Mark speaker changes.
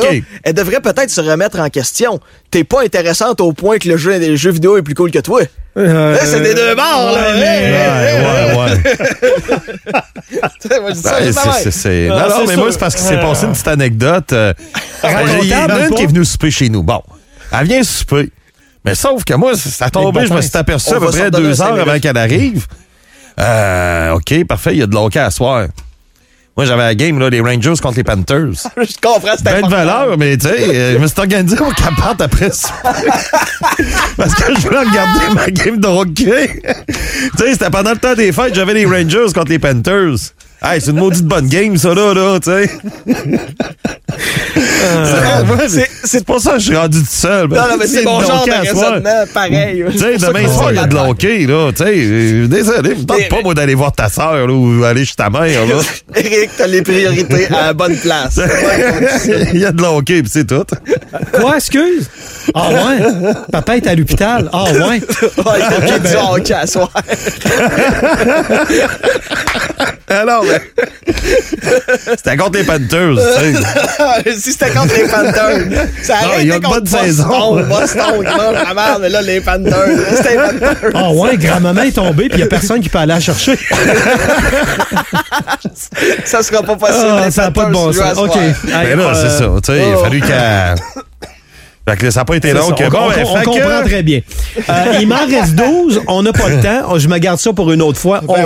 Speaker 1: Hey.
Speaker 2: Elle devrait peut-être se remettre en question. T'es pas intéressante au point que le jeu, le jeu vidéo est plus cool que toi.
Speaker 1: Euh,
Speaker 2: Là, c'est des deux bords, là. Hey, hey, hey.
Speaker 1: Ouais, ouais, ouais.
Speaker 2: Tu sais, moi, je dis ça,
Speaker 3: Ouais, Ben,
Speaker 2: c'est
Speaker 3: c'est-
Speaker 2: pareil.
Speaker 3: c'est- c'est-
Speaker 1: Ah,
Speaker 3: Non, non,
Speaker 1: c'est
Speaker 3: mais
Speaker 1: sûr.
Speaker 3: moi, c'est parce qu'il s'est passé une petite anecdote. euh, Il y en
Speaker 1: Racontable,
Speaker 3: a une
Speaker 1: toi?
Speaker 3: qui est venue souper chez nous. Bon, elle vient souper. Mais sauf que moi, ça tombait,
Speaker 1: bon
Speaker 3: je me
Speaker 1: temps.
Speaker 3: suis aperçu
Speaker 2: On
Speaker 3: à peu
Speaker 2: va
Speaker 3: près
Speaker 2: s'en donner
Speaker 3: deux
Speaker 2: cinq
Speaker 3: heures avant
Speaker 2: minutes.
Speaker 3: qu'elle arrive. Euh, OK, parfait, il y a de l'hockey à soir. Moi, j'avais la game, là, les Rangers contre les Panthers.
Speaker 2: Je comprends, c'est
Speaker 3: Belle
Speaker 2: important.
Speaker 3: valeur, mais tu sais, euh, je me suis organisé au capante après ça. Parce que je voulais regarder ma game de hockey. tu sais, c'était pendant le temps des fêtes, j'avais les Rangers contre les Panthers. Hey, c'est une maudite bonne game, ça, là, là, tu sais. C'est- ouais, c'est- C'est pour ça que je suis rendu tout seul.
Speaker 2: Non, non, mais c'est mon
Speaker 3: de
Speaker 2: genre de
Speaker 3: hockey à soir.
Speaker 2: raisonnement, pareil.
Speaker 3: Tu sais, demain soir, il y a de l'hockey, là. Tu sais, euh, désolé, me tente
Speaker 2: Mais-
Speaker 3: pas, moi, d'aller voir ta sœur, là, ou aller chez ta mère, là.
Speaker 2: Eric, t'as les priorités à la bonne place.
Speaker 3: Il y a de l'hockey, puis c'est tout.
Speaker 1: Quoi, excuse? Ah ouais? Papa est à l'hôpital. Ah
Speaker 2: Ouais,
Speaker 1: ouais?
Speaker 2: t'as du hockey à soir.
Speaker 3: Alors, ben, c'était contre les Panthers. tu sais.
Speaker 2: si c'était contre les Panthers, ça
Speaker 3: Non,
Speaker 2: aurait
Speaker 3: ils
Speaker 2: été
Speaker 3: ont une
Speaker 2: contre
Speaker 3: bonne saison.
Speaker 2: Boston, Boston, qui mange la merde, mais là, les Panthers, là, c'était les Panthers.
Speaker 1: Ah ouais, grand-maman est tombée, puis il n'y a personne qui peut aller la chercher.
Speaker 2: Ça sera pas possible.
Speaker 1: Ah,
Speaker 2: les
Speaker 1: ça n'a pas de
Speaker 2: Panthers
Speaker 1: bon
Speaker 2: jouent à
Speaker 1: sens.
Speaker 2: soir.
Speaker 1: OK.
Speaker 3: Mais
Speaker 1: Hey,
Speaker 3: Ben là,
Speaker 1: euh,
Speaker 3: c'est ça. Tu sais, il a fallu qu'elle. Fait que là, ça n'a pas été
Speaker 1: c'est
Speaker 3: long.
Speaker 1: ça,
Speaker 3: que
Speaker 1: on,
Speaker 3: bon,
Speaker 1: on-
Speaker 3: ben, fait
Speaker 1: on
Speaker 3: que-
Speaker 1: Euh, comprend très bien. Euh, il m'en reste 12. On n'a pas le temps. Je me garde ça pour une autre fois. on